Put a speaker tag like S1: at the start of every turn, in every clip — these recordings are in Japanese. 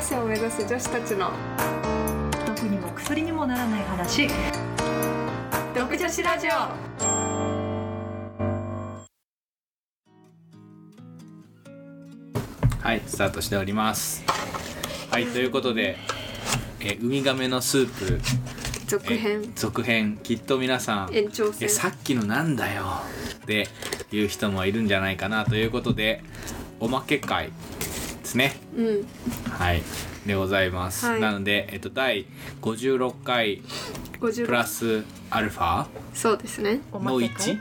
S1: 士を目指す女子たちの
S2: 毒にも薬にもならない話
S1: 独女子ラジオ
S3: はい、スタートしております。はい、ということで、えーウミガメのスープ
S1: 続
S3: えー
S1: 編
S3: 続編きっと皆さん
S1: 延長戦
S3: えさっきのなんだよっていう人もいるんじゃないかなということでおまけ会ですね
S1: うん
S3: はいでございます、
S1: はい
S3: なので、えっと、第56回
S1: 50
S3: プラスアルファ
S1: そうですね
S3: の1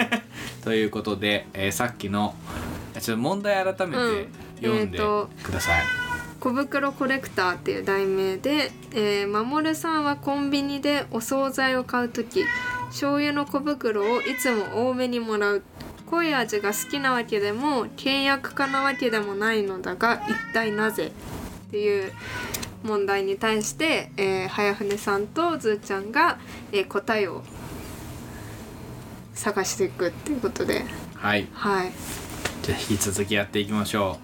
S3: ということで、えーさっきのちょっと問題改め
S1: うん
S3: て読んで
S1: えーと
S3: ください、
S1: 小袋コレクターっていう題名で、えー、守さんはコンビニでお惣菜を買うとき醤油の小袋をいつも多めにもらう濃い味が好きなわけでも倹約家なわけでもないのだが一体なぜっていう問題に対して、えー、早船さんとずーちゃんが、えー答えを探していくっていうことで
S3: はい
S1: はい
S3: じゃあ引き続きやっていきましょ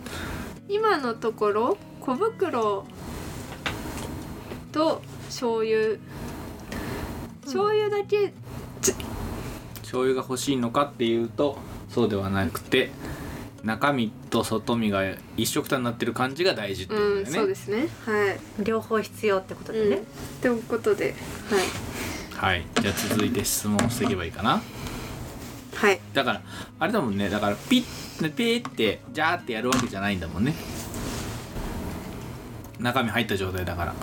S1: 今のところ小袋と醤油醤油だけ
S3: う醤油が欲しいのかっていうとそうではなくて中身と外身が一緒くたになってる感じが大事って
S1: う
S3: こ
S1: ん
S3: とだよね、
S1: そうですねはい、
S2: 両方必要ってこと
S1: う
S2: で
S1: ん
S2: ね、
S1: ということで
S3: はいじゃあ続いて質問していけばいいかな
S1: はいはい
S3: だからあれだもんねだからピッピーってジャーってやるわけじゃないんだもんね中身入った状態だから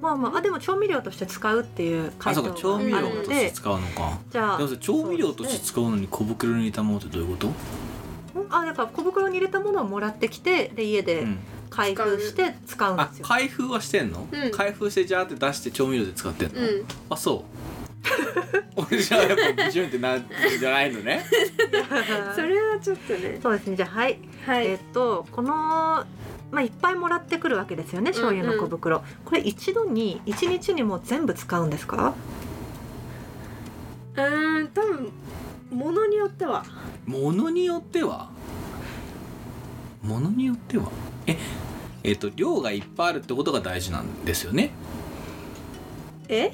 S2: まあまああでも調味料として使うっていう
S3: あ
S2: 回答
S3: そ
S2: が
S3: こ調
S2: あ
S3: 味料
S2: るの
S3: として
S2: で
S3: 使うのか
S2: じゃあ
S3: でもさ調味料として使うのに小袋に入れたものってどういうこと
S2: あだから小袋に入れたものをもらってきてで家
S3: う
S2: で
S3: ん
S2: 開封して使うん
S3: あ
S2: ですよ、
S3: 開封はしてんの、
S1: うん
S3: 開封してジャーって出して調味料で使ってんの、
S1: うん
S3: あそう 俺じゃあやっぱビジュンってなんじゃないのね
S1: それはちょっとね
S2: そうですねじゃあはい、
S1: はい、
S2: えっとこのまあいっぱいもらってくるわけですよね醤油の小袋、これ一度に一日にもう全部使うんですか
S1: うーん多分ものによっては
S3: ものによってはものによってはええっと量がいっぱいあるってことが大事なんですよね
S1: え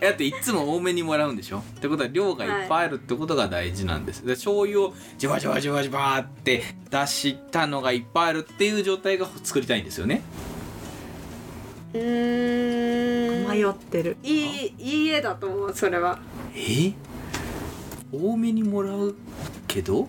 S3: だっていつも多めにもらうんでしょってことは量がいっぱいあるってことが大事なんです、で醤油をじわじわじわじわって出したのがいっぱいあるっていう状態が作りたいんですよね
S1: うーん
S2: 迷ってる
S1: いいいい絵だと思うそれは
S3: え多めにもらうけど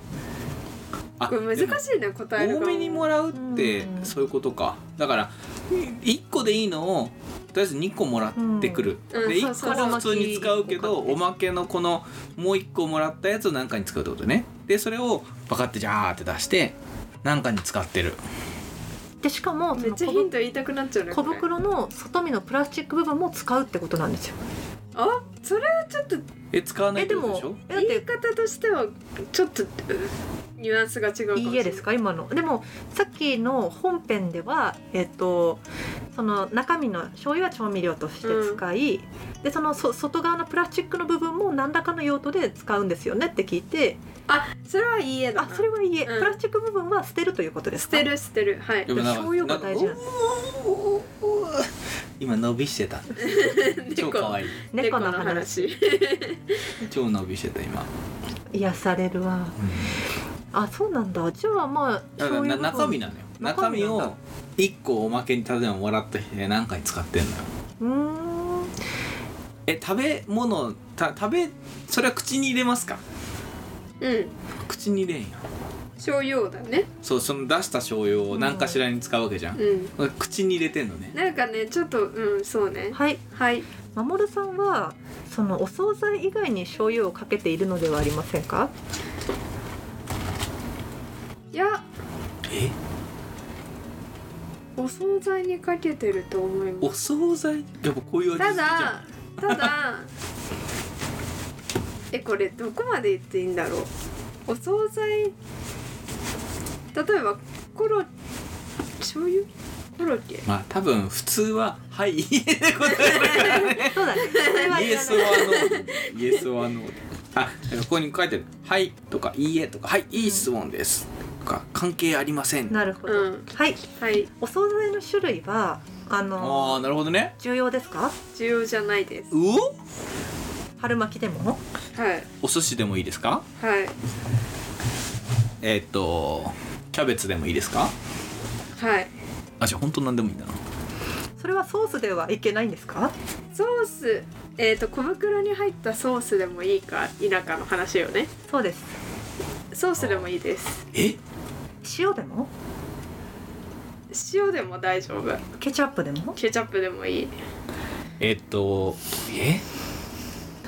S3: あ
S1: これ難しいね答える
S3: 多
S1: が
S3: めにもらうって
S2: うん
S3: そういうことかだから1個でいいのをとりあえず2個もらってくる、
S1: うんうん
S3: で
S1: そう
S3: 1
S1: そう
S3: 個は普通に使うけど
S2: おまけ
S3: おまけのこのもう1個もらったやつを何かに使うってことねでそれをバカってジャーって出して何かに使ってる
S2: でしかもそ
S1: めっ
S2: の
S1: ちゃ
S2: 小
S1: ヒン
S2: 袋
S1: ト言いたくなっちゃうね
S2: 小
S1: これ
S2: 袋の外身のプラスチック部分も使うってことなんですよ
S1: あそれはちょっと
S3: え使わない
S2: え
S3: って
S2: で
S3: ことでし
S2: も
S3: ょ
S2: えだっ
S1: 言い
S2: て
S1: 方としてはちょっとニュアンスが違うかもしれない
S2: いいえですか今のでもさっきの本編ではえっ、とその中身の醤油は調味料として使い、でそのそ外側のプラスチックの部分も何らかの用途で使うんですよねって聞いて
S1: あそれはいいえだ
S2: あそれはいいえ、
S1: うん
S2: プラスチック部分は捨てるということです
S1: 捨
S2: か
S1: てる捨てるはい
S3: でもなんか
S2: 醤油が大事なんで
S3: 今伸びしてた超可愛い
S2: 猫の話
S3: 超伸びしてた今、
S2: 癒されるわあそうなんだじゃあまあ
S3: だから
S2: 醤油
S3: な
S2: 部分
S3: 中身なのよ中
S2: 中身
S3: 身
S2: なんだ
S3: を一個おまけに例えばもらった日で何回使ってんのよ
S2: うーん
S3: え食べ物た食べそれは口に入れますか
S1: うん
S3: 口に入れんよ
S1: 醤油王だね
S3: そうその出した醤油を何かしらに使うわけじゃん、
S1: うん
S3: 口に入れてんのね
S1: なんかねちょっとうんそうね
S2: はい
S1: はい
S2: まもるさんはそのお惣菜以外に醤油をかけているのではありませんか
S1: いや
S3: え
S1: お惣菜にかけてると思いま
S3: お
S1: す
S3: 惣菜やっぱこういう味
S1: た
S3: 好きじゃん
S1: だただえこれどこまで言っていいんだろうお惣菜例えばコロ醤油コロッケ
S3: まあ多分普通は「 はい」で答えるからね
S2: そうだね。それはい
S3: イエ
S2: ら
S3: ス
S2: な。
S3: はいノーイエスはノーあだからここに書いてある「はい」とか「いいえ」とか「はいいい質問です」か関係ありません
S2: なるほど、
S1: うん
S2: はい
S1: はい
S2: お惣菜の種類はあの
S3: ああなるほどね
S2: 重要ですか
S1: 重要じゃないです
S3: うお
S2: 春巻きでも
S1: はい
S3: お寿司でもいいですか
S1: はい
S3: えーっとキャベツでもいいですか
S1: はい
S3: あじゃあ本当なんでもいいんだな
S2: それはソースではいけないんですか
S1: ソースえっ、と小袋に入ったソースでもいいか否かの話よね
S2: そうです
S1: ソースでもいいです
S3: え
S2: 塩でも
S1: 塩でも大丈夫
S2: ケチャップでも
S1: ケチャップでもいい
S3: えーっとえ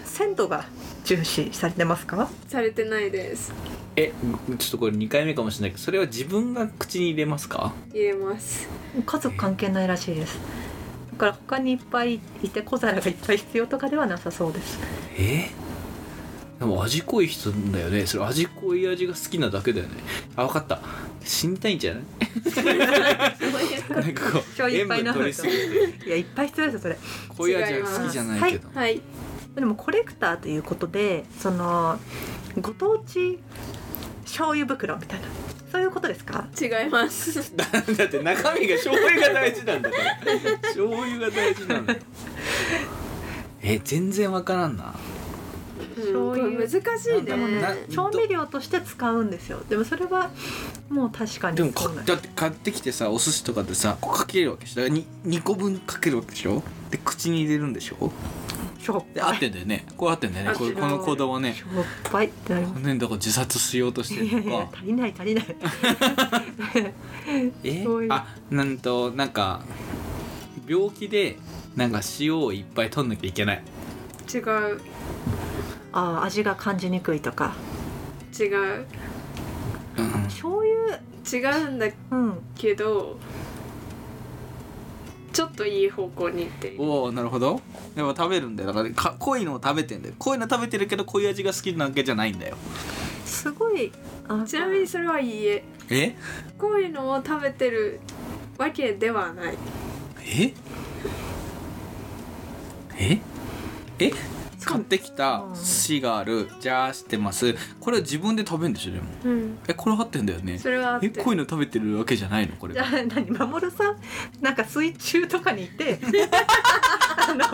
S2: 鮮度が重視されてますか
S1: されてないです
S3: えちょっとこれ2回目かもしれないけどそれは自分が口に入れますか
S1: 入れます
S2: 家族関係ないらしいですだから他にいっぱいいて小皿がいっぱい必要とかではなさそうです
S3: えでも味濃い人だよねそれ味濃い味が好きなだけだよねあ分かった死にたいんじゃないなんかこう
S2: 今日いっぱいな
S3: 塩分取りすぎて
S2: いやいっぱい必要ですよそれ
S3: 濃い味は好きじゃないけど、
S1: はい
S2: でもコレクターということでそのご当地醤油袋みたいなそういうことですか
S1: 違います
S3: だ だって中身が醤油が大事なんだから醤油が大事なんだよえ全然わからんな
S1: うんこれ難しい
S3: でも
S1: ね
S3: な
S2: 調味料として使うんですよでもそれはもう確かに
S3: でも
S2: そ
S3: か
S2: うなん
S3: だって買ってきてさお寿司とかでさこうかけるわけでしょだから 2, 2個分かけるわけでしょで口に入れるんでしょ
S2: しょっ
S3: で合
S2: ぱ
S3: っ
S2: い
S3: てんだよねこれ合ってんだよねこ
S1: 合っ
S3: れ
S1: て
S3: こ
S1: る
S3: の行動はね
S2: しょっぱいってなりま
S3: ねだから自殺しようとし
S2: す
S3: て
S2: いや
S3: る
S2: い
S3: と
S2: や
S3: か
S2: 足りない足りない
S3: え
S2: そういう
S3: あなんとなんか病気でなんか塩をいっぱい取んなきゃいけない
S1: 違う
S2: あー味が感じにくいとか
S1: 違う
S3: うん
S2: 醤油
S1: 違うんだ
S2: うん
S1: けどちょっといい方向に行っている
S3: おおなるほどでも食べるんだよだからか濃いのを食べてんだよ濃いの食べてるけど濃い味が好きなわけじゃないんだよ
S2: すごいあ
S1: ちなみにそれはいいえ
S3: え
S1: こういうのを食べてるわけではない
S3: えええ
S2: そう
S3: 買ってきた
S2: うん
S3: 寿司があるじゃあしてますこれは自分で食べるんでしょでも
S1: うん
S3: えこれ合ってんだよね
S1: それはあって
S3: えこういうの食べてるわけじゃないのこれ
S2: じゃあ何守さんなんか水中とかにい てあの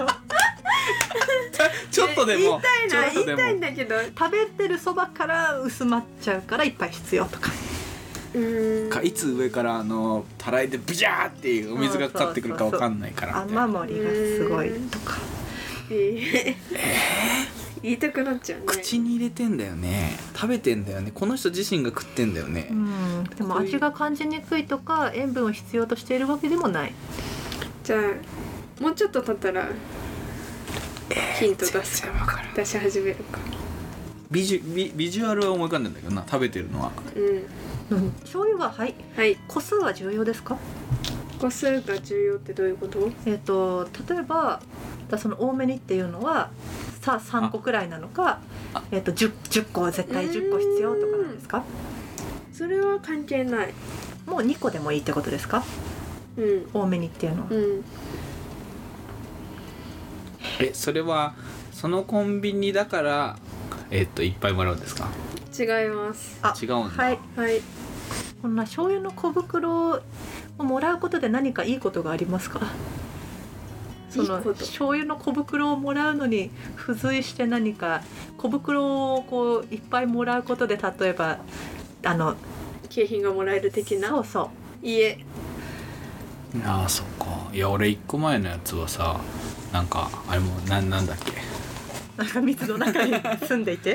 S3: ちょっとでも
S1: 言いたいな
S3: ちょ
S1: 言
S3: っとで
S1: い
S3: も
S1: たいんだけど
S2: 食べてるそばから薄まっちゃうからいっぱい必要とか
S1: うん
S3: かいつ上からあのたらいでブジャーっていうお水がかかってくるかわかんないからみたいな
S2: 雨漏りがすごいとか
S1: いいえ言いたくなっちゃうね
S3: 口に入れてんだよね食べてんだよねこの人自身が食ってんだよね、
S2: うんでも味が感じにくいとか塩分を必要としているわけでもない
S1: じゃあもうちょっと経ったらヒント出す
S3: 全然わからん
S1: 出し始めるか
S3: ビジュビビジュアルは思い浮かんでんだけどな食べてるのは
S1: うん
S2: 醤油ははい
S1: はい
S2: 個数は重要ですか
S1: 個数が重要ってどういうこと
S2: えっ、と例えばだその多めにっていうのはさ3個くらいなのか
S3: あ
S2: えっ、と 10, 10個は絶対10個必要とかなんですか
S1: それは関係ない
S2: もう2個でもいいってことですか
S1: うん
S2: 多めにっていうのは、
S1: うん
S3: えそれはそのコンビニだからえっといっぱいもらうんですか
S1: 違います
S2: あ
S3: 違うんだ、
S2: はい
S1: はい
S2: こんな醤油の小袋をもらうことで何かいいことがありますかその
S1: いいこと
S2: 醤油の小袋をもらうのに付随して何か小袋をこういっぱいもらうことで例えばあの
S1: 景品がもらえる的な
S2: そうそう
S1: いいえ
S3: ああそっかいや俺一個前のやつはさなんかあれもなんなんだっけ
S2: なんか水の中に住んで いて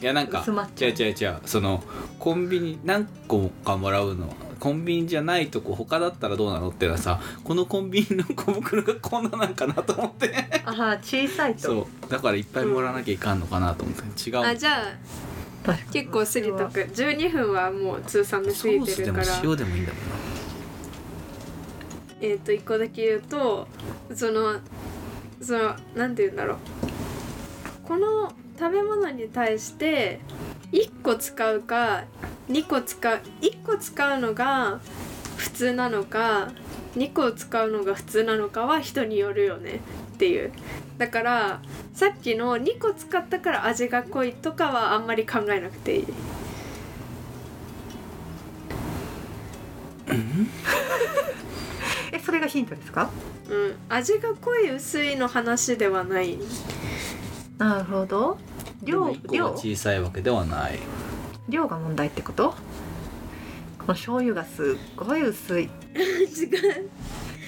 S3: うんいやなんか
S2: 薄まっち
S3: 違
S2: ゃ
S3: う
S2: う
S3: 違う違うそのコンビニ何個かもらうのコンビニじゃないとこ他だったらどうなのってのはさこのコンビニの小袋がこんななんかなと思って
S2: ああ小さいと
S3: そうだからいっぱいもらわなきゃいかんのかなと思って違う
S1: あじゃあ
S2: 確かに
S1: 結構過ぎたく12分はもう通算で過
S3: ソー
S1: ぎて
S3: スで
S1: る
S3: も
S1: から
S3: 塩でもいいんだもん
S1: えっ、と一個だけ言うとそのそのなんて言うんだろうこの食べ物に対して1個使うか2個使う1個使うのが普通なのか2個使うのが普通なのかは人によるよねっていうだからさっきの2個使ったから味が濃いとかはあんまり考えなくていい
S2: えそれがヒントですか
S1: うん、味が濃い薄いの話ではない
S2: なるほど量
S3: 一個が
S2: 量
S3: 小さいわけでは ない
S2: 量が問題ってことこの醤油がすっごい薄い、
S1: 違う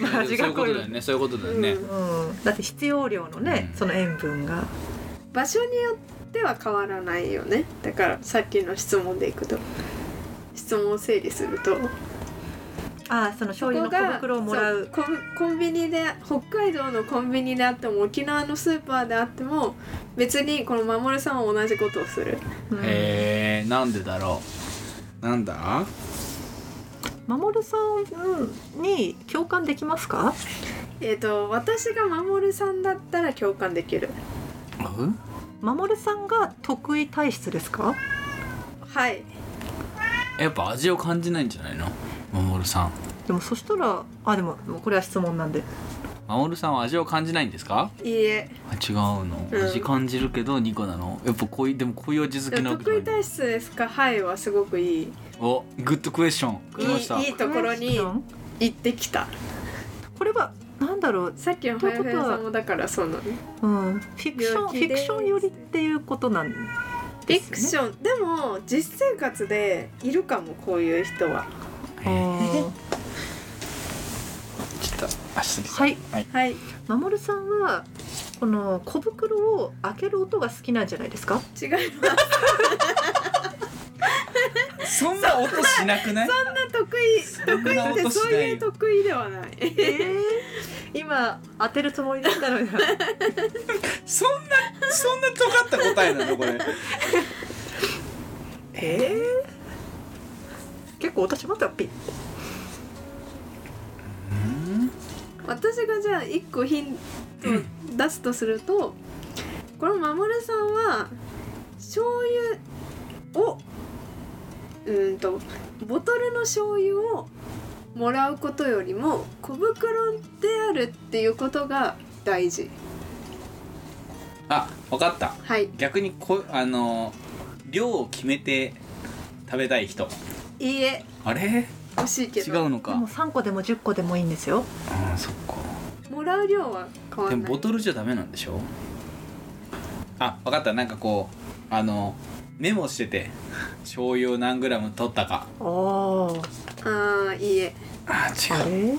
S2: まあ、味
S3: そ
S2: が
S3: ういうこ
S2: 濃い
S3: とだよねそういうことだよね、
S1: うん
S2: うん、だって必要量のね、
S3: うん
S2: その塩分が
S1: 場所によっては変わらないよねだからさっきの質問でいくと質問を整理すると
S2: ああその醤油の
S1: ここ
S2: 小
S1: が
S2: 袋をもらう
S1: そうコンコンビニで北海道のコンビニであっても沖縄のスーパーであっても別にこの守さんは同じことをする
S2: うん
S3: へえなんでだろうなんだ
S2: 守さんに共感できますか
S1: えっ、と私が守さんだったら共感できる
S2: 守さんが得意体質ですか
S1: はい
S3: やっぱ味を感じないんじゃないの守さん
S2: でもそしたらあでももうこれは質問なんで
S3: 守さんは味を感じないんですか
S1: いいえ
S3: あ違うの、
S1: うん
S3: 味感じるけど2個なのやっぱこういうでもこういう味好きなわけじゃ
S1: 得
S3: な
S1: 意
S3: い
S1: 体質ですかはいはすごくいい
S3: おグッドクエスチョン来ました
S1: いいところに行ってきた
S2: これはなんだろう、
S1: さっきの
S2: と
S1: ほ
S2: いう
S1: や
S2: こ
S1: ほ
S2: とは
S1: やさんもだからそうなのフ
S2: うん、フィクション
S1: 病
S2: フ
S1: 気
S2: ィ
S1: で
S2: ク
S1: す
S2: ション寄りっていうことなんで
S1: ィク
S2: す
S1: シ
S2: よね。
S1: ョンでも実生活でいるかもこういう人は
S3: えー
S2: あ
S3: ちょっと足
S2: ーはい、
S1: はい
S2: まもるさんはこの小袋を開ける音が好きなんじゃないですか？
S1: 違います
S3: そんな音しなくない
S1: 得意
S3: そんな
S1: で
S3: 音
S1: そう
S3: し
S1: いう
S3: ないよ
S1: 得意ではない
S2: え今当てるつもりだったのに。
S3: そんなそんな尖った答えなのこれ
S2: えー、結構私またピ
S1: 私がじゃあ一個ヒントを出すとするとこのまもるさんは醤油をうーんとボトルの醤油をもらうことよりも小袋であるっていうことが大事
S3: あ分かった
S1: はい
S3: 逆にこあの量を決めて食べたい人
S1: いいえ
S3: あれ
S1: 惜しいけ
S3: 違
S1: ど
S3: うの
S2: で
S3: か
S2: も三個でも十個でもいいんですよ。
S3: あそっか
S1: もらう量は変わ
S3: で
S1: ん
S3: も
S1: ない
S3: ボトルじゃダメなんでしょあ分かったなんかこうあのメモしてて醤油を何グラム取ったか
S2: あー
S1: ああいいえ
S3: あ
S2: あ
S3: う
S2: れ。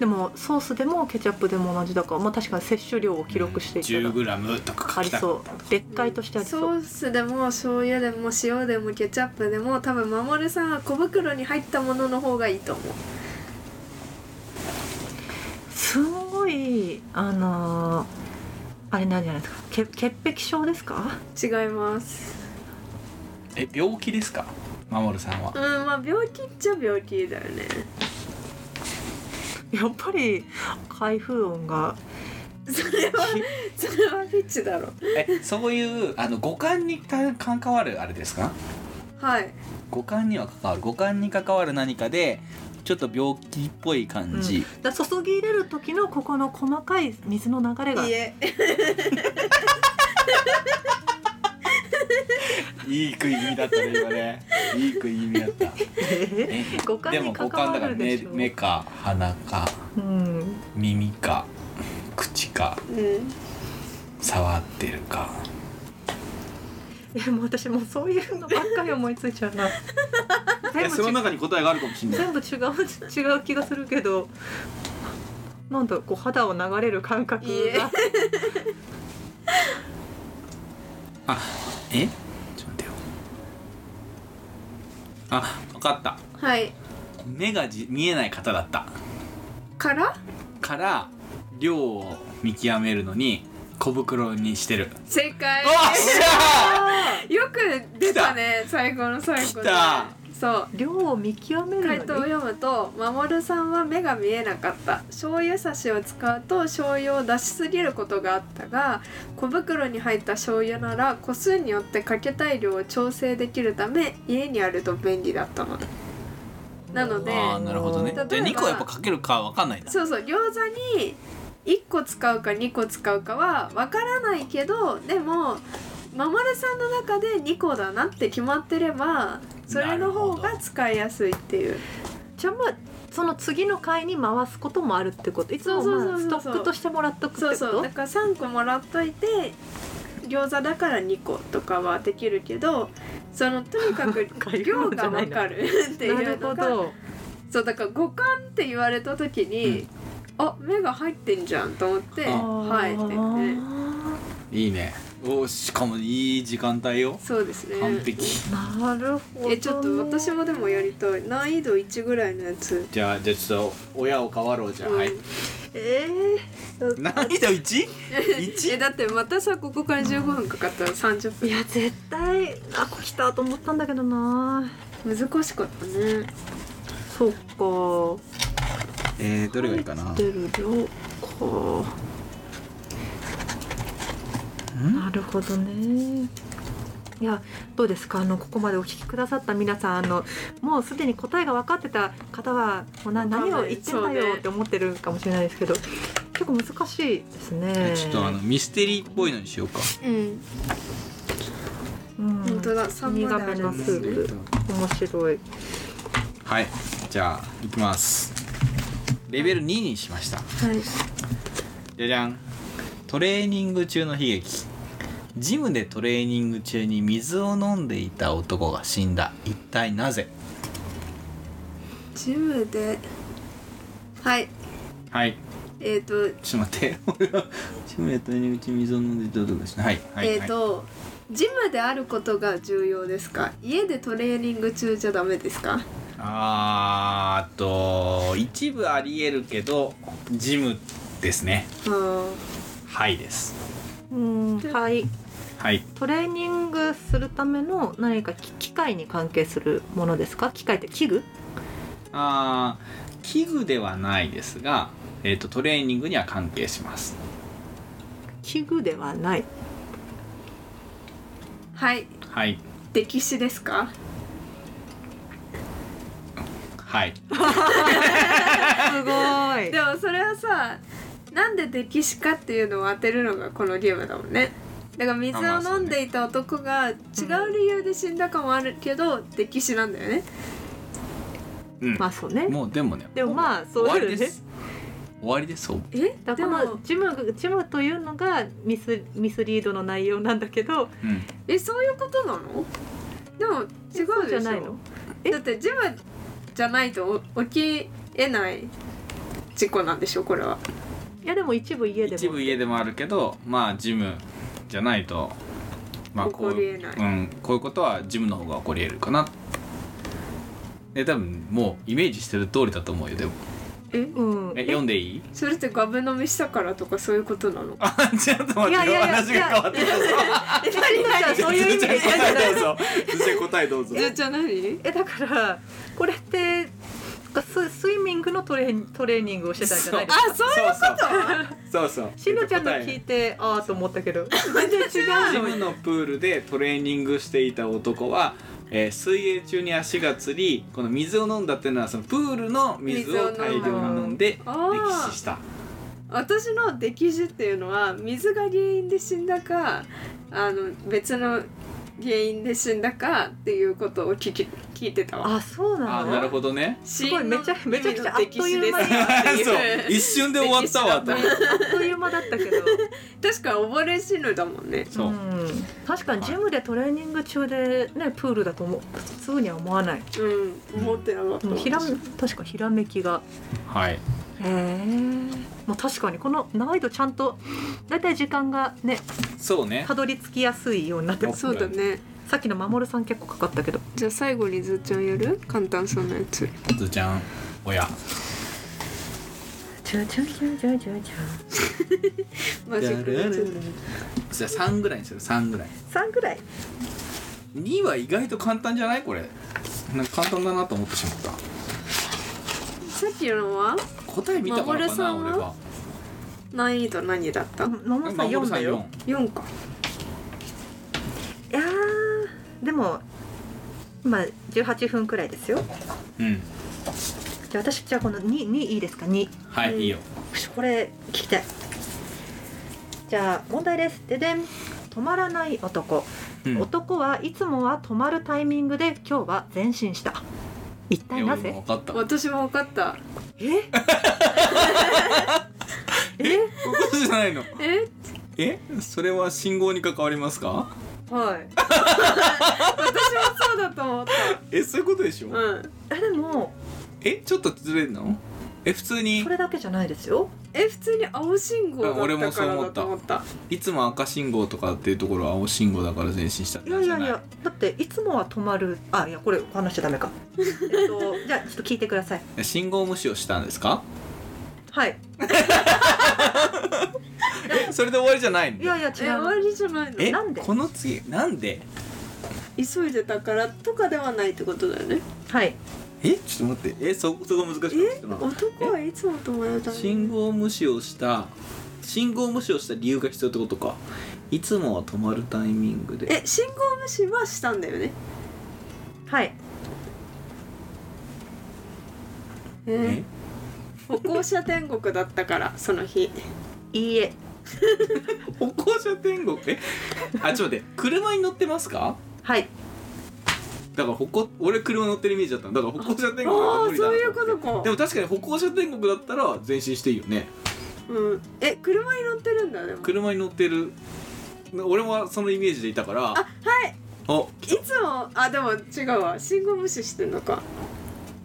S2: でもソースでもケチャップでも同じだから、まあ確かに摂取量を記録していたら
S3: 10グラムとか
S2: あり
S3: 書きた
S2: そうでっかいとしてありそう
S1: ソースでも醤油でも塩でもケチャップでも多分まもるさんは小袋に入ったものの方がいいと思う
S2: すんごいあのーあれなんじゃないですかけ潔癖症ですか
S1: 違います
S3: え病気ですか守さんは
S1: うんまあ病気っちゃ病気だよね
S2: やっぱり開封音が
S1: それは それはフィッチだろ
S3: えそういうあの五感にた関わるあれですか
S1: はい
S3: 五感には関わる五感に関わる何かでちょっと病気っぽい感じ、
S2: だ注ぎ入れる時のここの細かい水の流れが
S1: いいえ
S3: いい食い気味だったね今 ねいい食い気味だった
S2: え
S3: え
S2: 五感
S3: で
S2: に
S3: も
S2: 関
S3: 五感
S2: わ
S3: だから
S2: る
S3: 目
S2: でしょ
S3: 目か鼻か
S2: うん
S3: 耳か口か
S1: うん
S3: 触ってるか
S2: えもう私もうそういうのばっかり思いついちゃうな全部違う
S3: に答えがあるかもしれ
S2: 全部違う違う気がするけどなんだこう肌を流れる感覚
S1: いいえ
S2: が
S3: あえちょっと待ってよあ分かった
S1: はい
S3: 目がじ見えない方だった
S1: から
S3: から量を見極めるのに小袋にしてる
S1: 正解
S3: っしゃ
S1: よく出たね最後の最後で
S3: 来た
S1: そう
S2: 量を見極めるの
S1: 回
S2: に
S1: 答を読むと「守さんは目が見えなかった」「醤油差しを使うと醤油を出しすぎることがあったが小袋に入った醤油なら個数によってかけたい量を調整できるため家にあると便利だったの」なので
S3: あーなるほどねじゃあ
S1: 例えば
S3: 2個やっぱかけるかわかんないんだ
S1: そうそう餃子に1個使うか2個使うかはわからないけどでもママルさんの中で2個だなって決まってればそれの方が使いやすいっていう
S2: じゃあまあその次の回に回すこともあるってこといつも
S1: そうそう
S2: まあ
S1: そう
S2: ス
S1: そ
S2: ト
S1: う
S2: ックとしてもらっとくってこ
S1: そう
S2: と
S1: そうだから3個もらっといて餃子だから2個とかはできるけどそのとに かく
S2: 買い
S1: 量
S2: 物じ
S1: が
S2: ゃない
S1: 分
S2: ん
S1: か
S2: だ
S1: るって
S2: ないる
S1: うの
S2: ほ
S1: が
S2: ど
S1: そうだから五感って言われた時に、あ目が入ってんじゃんと思って「
S3: あ
S1: はい」って言って
S3: いいねおしかもいい時間帯よ
S1: そうですね
S3: 完璧
S2: あーなるほど、ね、
S1: えちょっと私もでもやりたい難易度1ぐらいのやつ
S3: じゃあじゃあちょっと親を変わろうじゃあ、はい
S1: うん
S2: えー、
S3: 難易度 1?
S1: えだってまたさここから15分かかったら30
S2: い
S1: 分
S2: や絶対あこ来たと思ったんだけどな
S1: 難しかったね
S2: そうか
S3: えー、どれがいいかな
S2: 出る量かなるほどねいやどうですかあのここまでお聞きくださった皆さんあのもうすでに答えが分かってた方はもうな
S1: 多分
S2: 何を言ってん
S1: そ
S2: だ
S1: う
S2: よ
S1: ね
S2: って思ってるかもしれないですけど、結構難しいですね
S3: ちょっとあのミステリーっぽいのにしようか
S1: うん
S2: うん、
S1: 本当だ3
S2: 苦
S1: まであ
S2: め
S1: り
S2: の
S1: ま
S2: ス
S1: す
S2: ープ面白い
S3: はいじゃあいきますレベル2にしました
S1: はい
S3: じゃじゃんトレーニング中の悲劇ジムでトレーニング中に水を飲んでいた男が死んだ一体なぜ
S1: ジムではい
S3: はい
S1: えっ、と
S3: ちょっと待って 俺はジムでトレーニング中に水を飲んでいた男が死んだはいはい、
S1: えっ、とジムであることが重要ですか家でトレーニング中じゃダメですか
S3: あーっと一部ありえるけどジムですね
S1: うん
S3: はいです
S2: うんはい
S3: はい
S2: トレーニングするための何か機機械に関係するものですか機械って器具
S3: あー器具ではないですが、えっとトレーニングには関係します
S2: 器具ではない
S1: はい
S3: はい
S1: 歴史ですか
S3: はい
S2: すごい
S1: でもそれはさなんで歴史かっていうのを当てるのがこのゲームだもんねだから水
S3: あまあ
S1: を飲んでいた男が違う理由で死んだかもあるけど歴史なんだよね
S3: うん
S2: まあそうね
S3: もうでもね
S2: でもまあそうだ
S3: 終わり
S2: よ
S3: で
S2: ね
S3: す終わりですそう
S1: え
S2: だ
S1: で
S2: からこの
S1: も
S2: ジムジムというのがミスミスリードの内容なんだけど
S3: うん
S1: えそういうことなのでも違うでし
S2: そう
S1: ょ
S2: じゃないのえ
S1: だってジムじゃないとお起きえない事故なんでしょこれはい
S2: やでも一部家で
S3: 一
S2: も
S3: 部家でもあるけどまあジムじゃないとまあこう
S1: 起こりえない
S3: うん、こういうことはジムの方が起こりえるかなで多分もうイメージしてる通りだと思うよでも
S1: え
S2: うん
S3: え読んでいい
S1: それってガブ飲みしたからとかそういうことなの
S3: あちょっと待って
S2: いやいやいや
S3: 話が変わって
S2: え
S3: る
S2: 何々そういう意味で
S3: じゃあ答えどうぞ じゃあ答えどうぞ
S1: じゃじゃあ何
S2: えだからこれってススイミングのトレートレーニングをしてたんじゃないですか
S1: あそういう
S3: そうそうそうそう
S2: しのちゃんの
S3: えっと
S2: 聞いてああと思ったけど
S1: 全然違
S3: 答え
S1: う
S3: ジ
S1: の
S3: ムのプールでトレーニングしていた男は、えー水泳中に足がつりこの水を飲んだっていうのはそのプールの水を大量に飲んで
S1: 水を飲んだ
S3: 溺死した
S1: 私の溺死っていうのは水が原因で死んだかあの別の原因で死んだかっていうことを聞き聞いてたわ。
S2: あそう
S3: あ
S2: な
S3: あ
S2: の
S3: なるほどね
S1: す
S2: ごいめちゃめちゃくちゃあっという間に
S3: そう 一瞬で終わったわと
S1: 溺死
S2: あっという間だったけど
S1: 確か溺れ死ぬだもんね。
S3: そう、
S2: ん、確かにジムでトレーニング中でねプールだと思う普通には思わない
S1: うん、思ってなかった
S2: で
S1: わ。
S2: もひらめ確かひらめきが
S3: はい
S2: へえまあ確かにこの難易度ちゃんとだいたい時間がね
S3: そうね
S2: たどり着きやすいようになってます
S1: そうだね。
S2: さっきのまもるさん結構かかったけど
S1: じゃあ最後にずっちゃんやる？簡単そうなやつ。
S3: ずーちゃん親
S2: じゃじゃじゃじゃじゃじゃ
S1: マジックのやつ
S3: じゃあ3ぐらいにする3ぐらい
S2: 三ぐらい
S3: 2は意外と簡単じゃないこれなんか簡単だなと思ってしまった
S1: さっきのは
S3: 答え見たか
S1: 守
S3: らかな俺
S1: さんは
S3: は
S1: 難易度何だった？
S2: まもるさん
S3: 守
S2: 四だよ
S3: 四
S1: 四か。
S2: いやーでも今十八分くらいですよ
S3: うん
S2: じゃあ私じゃあこの二二いいですか二
S3: はい、
S1: うん
S3: いいよ
S2: よしこれ聞きたいじゃあ問題ですででん止まらない男、
S3: うん
S2: 男はいつもは止まるタイミングで今日は前進した一
S3: い
S2: 体
S3: や
S2: な
S3: 俺も
S2: ぜ
S3: 分か った
S1: 私も分かった
S2: ええ
S3: ここじゃないの
S1: え
S3: えそれは信号に関わりますか
S2: はい
S1: 私もそうだと思った
S3: えそういうことでしょ、
S1: うん
S2: あでも
S3: えちょっとずれるのえ普通に
S2: それだけじゃないですよ
S1: え普通に青信号だっ
S3: あ俺も
S1: た
S3: そ
S1: か
S3: う
S1: ら
S3: 思
S1: だ
S3: った
S1: と思った
S3: いつも赤信号とかっていうところは青信号だから前進した
S2: いやいやいやだっていつもは止まるあいやこれお話しちゃダメかえっとじゃあちょっと聞いてください
S3: や信号無視をしたんですか
S2: はい
S3: えそれで終わりじゃないの
S2: いやいや
S1: え
S2: 違
S1: 終
S2: う
S1: わりじゃないの
S3: え
S2: なんで
S3: この次なんで
S1: 急いでたからとかではないってことだよね
S2: はい
S3: えちょっと待ってえそそこ難しくなってき
S1: え
S3: たな
S1: 男はいつも止まるため
S3: 信号無視をした信号無視をした理由が必要ってことかいつもは止まるタイミングで
S1: え信号無視はしたんだよね
S2: はい
S1: え歩行者天国だったからその日
S2: いいえ
S3: 歩行者天国えあちょっと待って車に乗ってますか
S2: はい
S3: だから歩行俺車乗ってるイメージだったのだから歩行者天国
S1: ああ
S3: は無理だ
S1: そう
S3: な
S1: いうことか
S3: でも確かに歩行者天国だったら前進していいよね
S1: うん、え車に乗ってるんだでも
S3: 車に乗ってる俺はそのイメージでいたからあはいお
S1: いつもあでも違うわ信号無視してんのか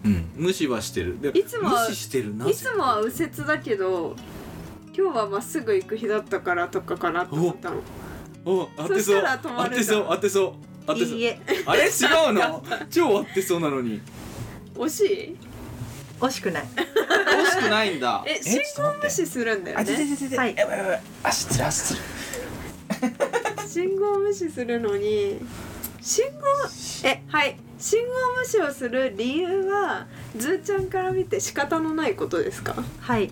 S3: うん無視はしてるで
S1: いつもは
S3: 無視してるない
S1: つもは右折だけど今日はまっすぐ行く日だったからとかかなと思ったの
S3: お当てそ
S1: そうしたら止ま
S3: 当
S1: る
S3: てそう当てそう当て
S2: い
S3: そう
S2: いえ
S3: あれ違うの超合ってそうなのに
S1: 惜しい
S2: 惜しくない
S3: 惜しくないんだ
S1: え信号無視するんだよ
S3: ちょっと待って
S1: ね
S3: ちょちょちょ
S2: はい
S3: やばいやばい足つらす
S1: 信号無視するのに信号えはい信号無視をする理由はずーちゃんから見て仕方のないことですか
S2: はい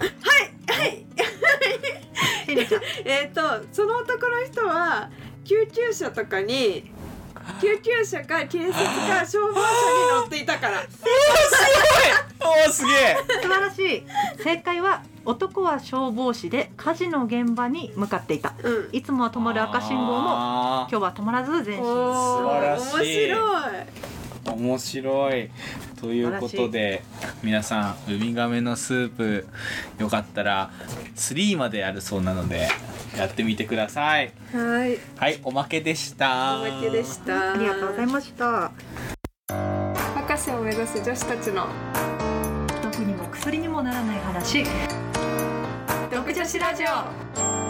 S1: はい
S2: ヘリちゃん
S1: えっ、とその男の人は救急車とかに救急車か警察か消防車に乗っていたから
S3: おおすげえ
S2: 素晴らしい正解は男は消防士で火事の現場に向かっていた
S1: うん
S2: いつもは止まる赤信号も今
S3: も
S2: 日は止まらず前進
S1: お
S3: 晴らしい
S1: ー面白い
S3: 面白いということで皆さんウミガメのスープよかったら3まであるそうなのでやってみてください
S1: はい
S3: はいおまけでした
S1: おまけでした
S2: ありがとうございました
S1: 博士を目指す女子たちの
S2: 毒にも薬にもならない話
S1: 独女子ラジオ